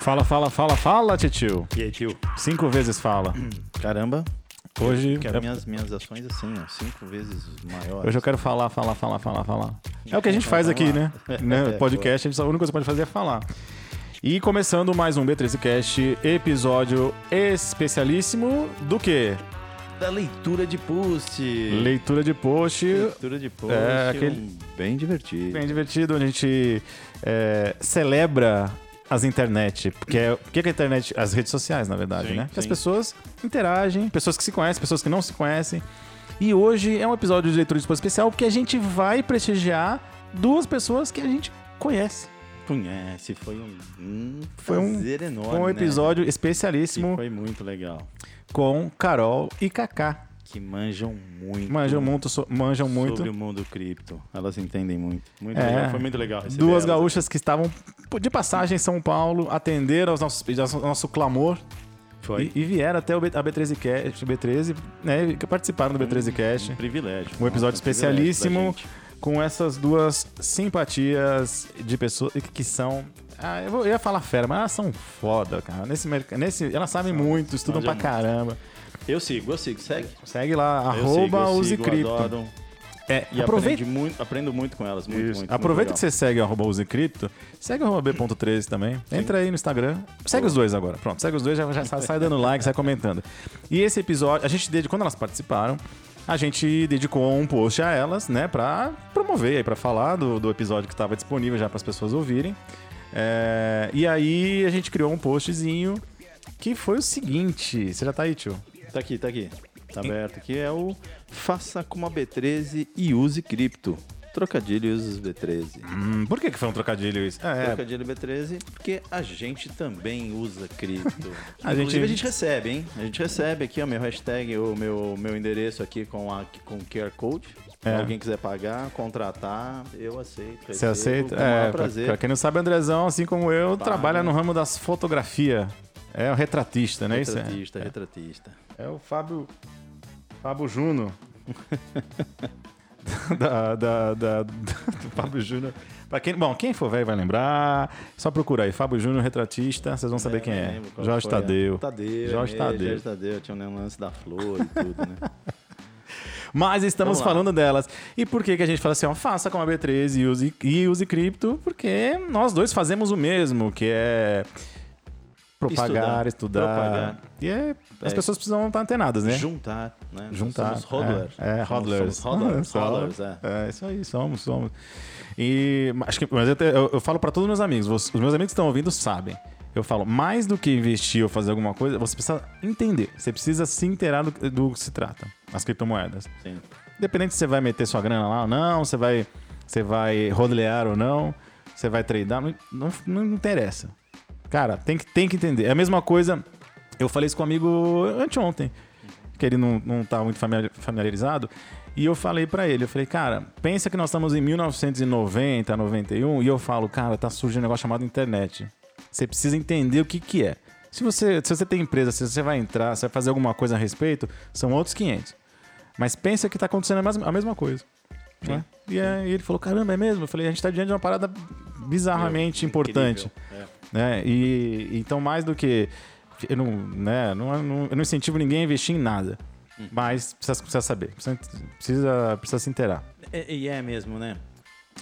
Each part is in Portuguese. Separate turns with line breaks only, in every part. Fala, fala, fala, fala, titio.
E aí, tio?
Cinco vezes fala.
Caramba,
Hoje, é
que as minhas, minhas ações assim, ó, cinco vezes maiores.
hoje eu quero falar, falar, falar, falar, falar. É o que a gente faz aqui, né? né? Podcast, a, gente, só- a única coisa que pode fazer é falar. E começando mais um B13Cast, episódio especialíssimo do quê?
Da leitura de post.
Leitura de post.
Leitura de post.
É, aquele-
um Bem divertido.
Bem divertido, onde a gente é, celebra as internet. Porque é, o que que é a internet? As redes sociais, na verdade,
Sim,
né? Que as
sim.
pessoas interagem, pessoas que se conhecem, pessoas que não se conhecem. E hoje é um episódio de leitura de Esposa especial porque a gente vai prestigiar duas pessoas que a gente conhece.
Conhece, foi um, um
Foi um-
prazer enorme.
Foi um
né?
episódio
Que
especialíssimo
foi muito legal.
com Carol e Kaká.
Que manjam muito.
Manjam muito, so- manjam muito.
Sobre o mundo cripto. Elas entendem muito. Muito
É.
legal. Foi muito legal. receber
Duas
elas.
gaúchas que estavam de passagem em São Paulo, atenderam aos nossos, pedidos, ao nosso clamor
Foi um
E, e vieram até o B, a B13 Cast, B13, né? Que participaram do B13
um
Cast
privilégio.
Um episódio
Nossa, privilégio
especialíssimo.
pra gente.
com essas duas simpatias de pessoas que- que são. Ah, eu, vou- eu ia falar fera, mas elas são foda, cara. Nesse, merc- nesse, elas sabem muito, estudam pra
manjam muito.
caramba.
Eu sigo, eu sigo. Segue.
Segue lá,
Eu
arroba
sigo, eu
use
sigo,
cripto.
adoro.
É,
E
aproveita.
aprendi muito, aprendo muito com elas, muito,
Isso.
muito.
Aproveita que
muito
você segue o arroba Use Cripto, segue o arroba B.13 também. Entra aí no Instagram. Segue os dois agora. Pronto, segue os dois, já, já sai- sai dando like, sai comentando. E esse episódio, a gente dedicou, quando elas participaram, a gente dedicou um post a elas, né, pra promover aí, pra falar do, do episódio que estava disponível já para as pessoas ouvirem. É, e aí a gente criou um postzinho que foi o seguinte. Você já tá aí, tio?
legal. Tá aqui, tá aqui. Tá aberto aqui. É o Faça com uma B13 e use cripto. Trocadilho e use os B13.
Hum, por que, que foi um trocadilho isso? É, é,
Trocadilho B13, porque a gente também usa cripto.
A
Inclusive,
gente-
a gente recebe, hein? A gente recebe aqui o meu hashtag, o meu, meu endereço aqui com, a, com o QR Code. Se
É.
alguém quiser pagar, contratar, eu aceito.
Você
recebo,
aceita?
Com o maior
É, pra,
prazer.
pra quem não sabe, Andrezão, assim como eu,
Tá,
trabalha
né?
no ramo das fotografias. É o retratista, né? Isso é.
Retratista, retratista.
É o Fábio. Fábio Juno. da, da, da- do Fábio Júnior. Pra quem, bom, quem for velho vai lembrar. Só procura aí. Fábio Júnior, retratista. Vocês vão saber quem
Eu não
é.
lembro qual
Jorge
foi a-
Tadeu.
Tadeu.
Jorge
é mesmo,
Tadeu.
Jorge Tadeu. Tinha um lance da flor e tudo, né?
Mas estamos
Vamos lá.
falando delas. E por que, que a gente fala assim, ó, faça com a B13 e use, e use cripto? Porque nós dois fazemos o mesmo, que é propagar, estudar.
Estudar. Propagar.
E é- as
É.
pessoas precisam estar antenadas, né?
Juntar, né? Nós
Juntar.
Somos hodler.
É, é
Somos-
hodlers.
Somos hodlers,
Só-
hodlers, é.
É, isso aí, somos, somos. E mas acho que, mas eu, te- eu- eu falo para todos os meus amigos, os os meus amigos que estão ouvindo sabem. Eu falo, mais do que investir ou fazer alguma coisa, você precisa entender. Você precisa se inteirar do, do que se trata, as criptomoedas.
Sim.
Independente se você vai meter sua grana lá ou não, você vai, você vai rodear ou não, você vai tradar, não, não, não interessa. Cara, tem que, tem que entender. É a mesma coisa, eu falei isso com um amigo anteontem, que ele não, não tá muito familiar- familiarizado, e eu falei pra ele, eu falei, cara, pensa que nós estamos em 1990, 91, e eu falo, cara, tá surgindo um negócio chamado internet. Você precisa entender o que que é. Se você, se você tem empresa, se você vai entrar, se você vai fazer alguma coisa a respeito, são outros 500. Mas pensa que tá acontecendo a mes- a mesma coisa. né? E aí ele falou, caramba, é mesmo? Eu falei, a gente tá diante de uma parada bizarramente importante.
Incrível.
Né? E então, mais do que. Eu não, né, não, não- eu não incentivo ninguém a investir em nada.
Hum.
Mas precisa, precisa saber, precisa, precisa, precisa se inteirar.
É. E- E é mesmo, né?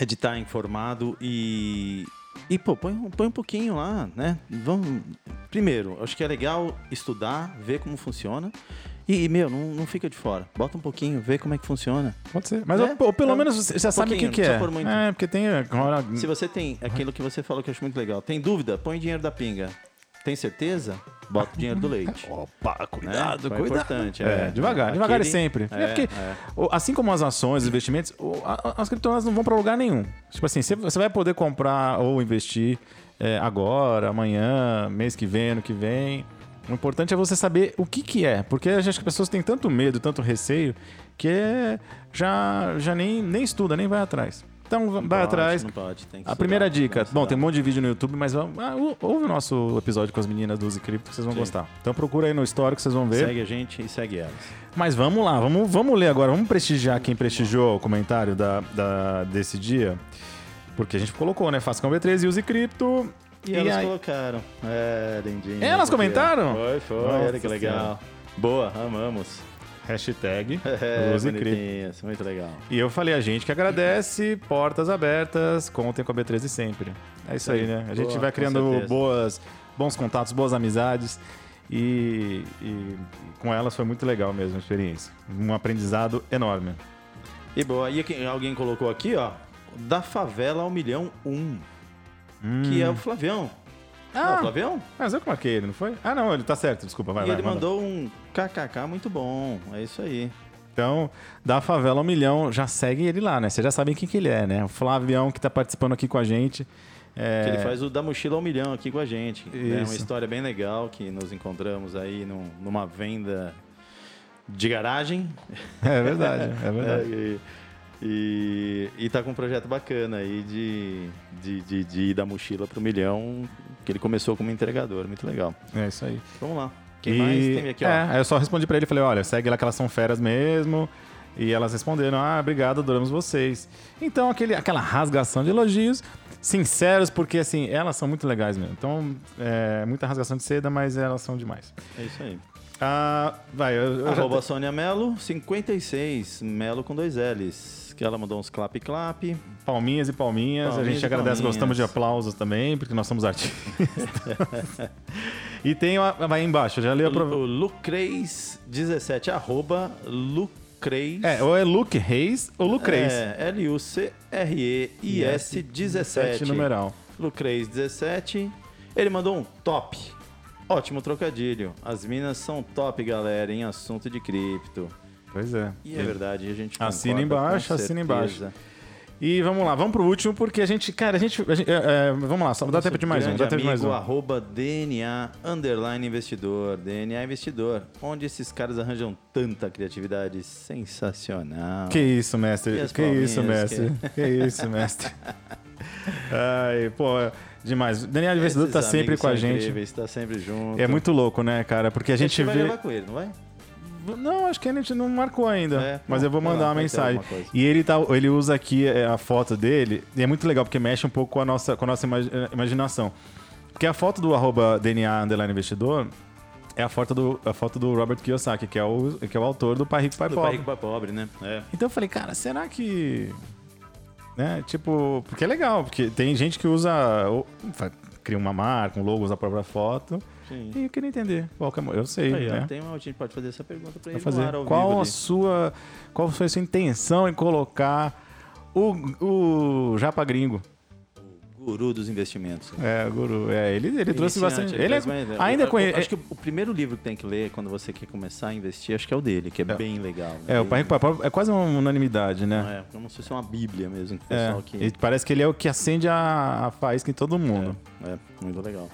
É de estar informado e. E, pô, põe, um- põe um pouquinho lá, né? Vamos. Primeiro, acho que é legal estudar, ver como funciona. E, e, meu, não, não fica de fora. Bota um pouquinho, vê como é que funciona.
Pode ser. Mas
É,
ou, ou pelo
é um
menos você já sabe o que,
pouquinho,
que
não
é.
precisa pôr muito.
É, porque tem. Agora,
Se você tem aquilo que você falou que eu acho muito legal, tem dúvida, põe dinheiro da pinga. Tem certeza? Bota o dinheiro do leite.
Opa,
né?
cuidado,
Então é
cuidado.
importante,
É,
é.
devagar,
Aquele-
devagar e sempre. É,
É,
porque,
é.
o- assim como as ações, os investimentos, o- a- a- as criptomoedas não vão para lugar nenhum. Tipo assim, você- você vai poder comprar ou investir é, agora, amanhã, mês que vem, ano que vem. O importante é você saber o que, que é, porque acho que as pessoas têm tanto medo, tanto receio, que é- já, já nem, nem estuda, nem vai atrás. Então, vai
Não pode,
atrás.
não pode, tem que
A primeira
estudar,
dica.
que
Bom,
estudar.
tem um monte de vídeo no YouTube, mas vamos- ah, ou- ouve o nosso episódio com as meninas do Use Cripto que vocês vão
Sim.
gostar. Então procura aí no histórico, vocês vão ver.
Segue a gente e segue elas.
Mas vamos lá, vamos, vamos ler agora. Vamos prestigiar quem prestigiou o comentário da, da- desse dia. Porque a gente colocou, né? Faça com B3 e use cripto.
E,
E
elas
aí-
colocaram. É, lindinho.
Elas
porque-
comentaram?
Foi, foi.
Nossa
Olha que legal. Boa, amamos.
Hashtag
É,
Luz e Cripto.
bonitinhas, muito legal.
E eu falei, a gente que agradece, portas abertas, contem com a B13 sempre. É isso aí, né? A gente
Boa,
vai
com
criando
certeza.
boas, bons contatos, boas amizades. E, e com elas foi muito legal mesmo a experiência. Um aprendizado enorme.
E boa, e aqui, alguém colocou aqui, ó, da favela ao milhão um,
Hum.
que é o Flavião. Não, é o Flavião?
mas eu que marquei ele, não foi? Ah, não, ele tá certo, desculpa, Ah. vai
e
vai,
ele
manda.
mandou um kkk muito bom, é isso aí.
Então, da favela ao milhão, já segue ele lá, né? Vocês já sabem quem que ele é, né? O Flavião que tá participando aqui com a gente. É,
Que ele faz o da mochila ao milhão aqui com a gente. É
Isso.
uma história bem legal que nos encontramos aí num- numa venda de garagem.
é verdade, é verdade.
e, e, e tá com um projeto bacana aí de, de, de, de ir da mochila pro milhão, que ele começou como entregador, muito legal.
É isso aí.
Vamos lá. Quem
E-
mais tem aqui, ó?
É, aí eu só respondi pra ele, falei, olha, segue lá que elas são feras mesmo. E elas responderam, ah, obrigado, adoramos vocês. Então, aquele, aquela rasgação de elogios, sinceros, porque assim, elas são muito legais mesmo. Então, é, muita rasgação de seda, mas elas são demais.
É isso aí.
Ah, tá. vai, eu, eu já-
Arroba Sônia Melo, 56, Melo com dois L's. Que ela mandou uns clap-clap.
palminhas e palminhas, a
Palminhas
gente
e
agradece,
palminhas.
gostamos de aplausos também, porque nós somos artistas. e tem, uma- vai embaixo, eu já li a prova.
O Lucrez17, arroba Lucrez.
É, ou é Luke Reis ou Lucrez.
É, L-U-C-R-E-I-S 17.
Sete numeral.
Lucrez17. Ele mandou um top. Ótimo trocadilho. As minas são top, galera, em assunto de cripto.
Pois é.
E é verdade, a gente
Assina
concorda
embaixo,
com
assina
certeza.
E vamos lá, vamos pro último, porque a gente, cara, a gente. a gente- é, é, vamos lá, só dá tempo de mais um,
grande
dá tempo de mais
amigo,
um.
arroba DNA underline investidor, DNA investidor, onde esses caras arranjam tanta criatividade sensacional.
Que isso,
E
mestre.
as
Que isso,
palminhas,
mestre. Que isso, mestre. Ai, pô, é demais. Daniel Investidor tá
Esses
sempre
amigos
com a
são
gente.
incríveis, tá sempre junto.
É muito louco, né, cara? Porque a
Acho
gente
que vai
vê.
levar com ele, não vai?
Não, acho que a gente não marcou ainda.
É,
mas
bom,
eu vou
vai
mandar
lá,
uma
vai ter alguma
mensagem.
coisa.
E ele, tá, ele usa aqui é, a foto dele, e é muito legal, porque mexe um pouco com a nossa, com a nossa imagi- eh, imaginação. Porque a foto do arroba DNA underline investidor é a foto do, a foto do Robert Kiyosaki, que é o, que é o autor do Pai Rico, Pai
Do
Pobre.
pai rico, pai pobre, né? É.
Então eu falei, cara, será que. Né? Tipo, porque é legal, porque tem gente que usa. ou- fa- Cria uma marca, um logo, usa a própria foto.
Sim.
E eu queria entender qual que é. a mo- Eu sei.
Aí, ó,
né?
tem uma, a gente pode fazer essa pergunta pra
Vai
ele
fazer.
no um ar ao vivo
Qual a
ali.
sua, qual foi a sua intenção em colocar o, o Japa Gringo?
Guru dos investimentos.
É, guru. É, ele, ele trouxe
Iniciante,
bastante. Ele
traz
é-
mais-
ainda
eu- eu Acho
conhece.
que o primeiro livro que tem que ler quando você quer começar a investir, acho que é o dele, que é, bem legal. né?
É, o Pai Rico Pai Pobre é quase uma unanimidade, né?
É, como se fosse uma bíblia mesmo, que o
É,
pessoal que...
e parece que ele é o que acende a, a faísca em todo mundo.
É, muito legal.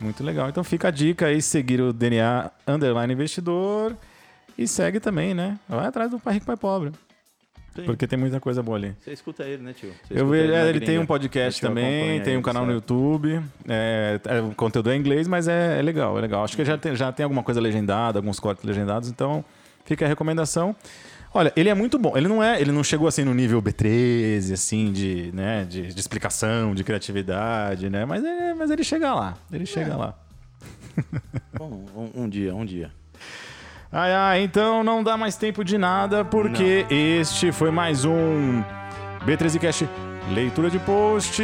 Muito legal. Então fica a dica aí, seguir o DNA Underline Investidor e segue também, né? Vai atrás do Pai Rico Pai Pobre.
Sim.
Porque tem muita coisa boa ali.
Você escuta ele, né, tio? Você
Eu
escuta
vejo,
na
é, ele
gringa.
tem um podcast
Acho que eu
também,
acompanho
tem um
ele,
canal no
sabe?
YouTube. É, é, o conteúdo é em inglês, mas é, é legal, é legal. Acho que já tem, já tem alguma coisa legendada, alguns cortes legendados, então fica a recomendação. Olha, ele é muito bom. Ele não é, ele não chegou assim no nível B13, assim, de, né, de, de explicação, de criatividade, né? Mas, é, mas ele chega lá. Ele chega
É.
lá.
Bom, um, um dia, um dia.
Ai, ai, então não dá mais tempo de nada, porque este foi mais um B13 Cast Leitura de Post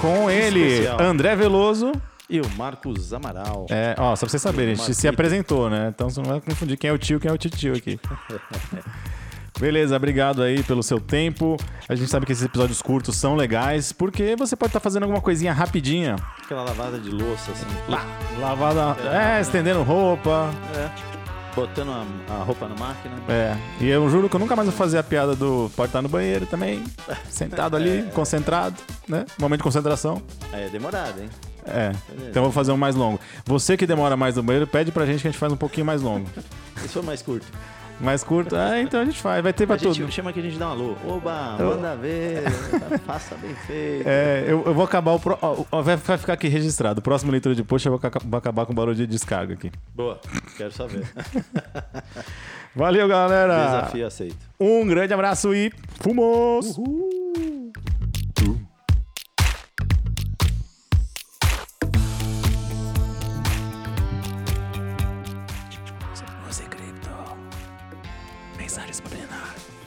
com ele,
Especial.
André Veloso.
E o Marcos Amaral.
É, ó, só pra vocês saberem, a gente se
Marquito.
apresentou, né? Então você não vai confundir quem é o tio e quem é o titio aqui. Beleza, obrigado aí pelo seu tempo. A gente sabe que esses episódios curtos são legais, porque você pode estar fazendo alguma coisinha rapidinha.
Aquela lavada de louça, assim.
Lá, lavada, é, estendendo roupa,
É. Botando a, a roupa na máquina.
É, e eu juro que eu nunca mais vou fazer a piada do pode estar no banheiro também, sentado ali, concentrado, né? Momento de concentração.
É demorado, hein?
É, então eu vou fazer um mais longo. Você que demora mais no banheiro, pede pra gente que a gente faz um pouquinho mais longo.
Isso foi mais curto.
Mais curto, é, então a gente faz, vai ter pra
a gente
tudo.
chama que a gente dá um alô. Oba,
Eu-
manda ver. faça bem feito.
É, eu, eu vou acabar o. Pro... ó, ó, vai, vai ficar aqui registrado. O próximo leitura de post eu vou, aca- vou acabar com o barulho de descarga aqui.
Boa, quero saber.
Valeu, galera!
Desafio aceito.
Um grande abraço e fumos!
Uhul.
empresários plenários.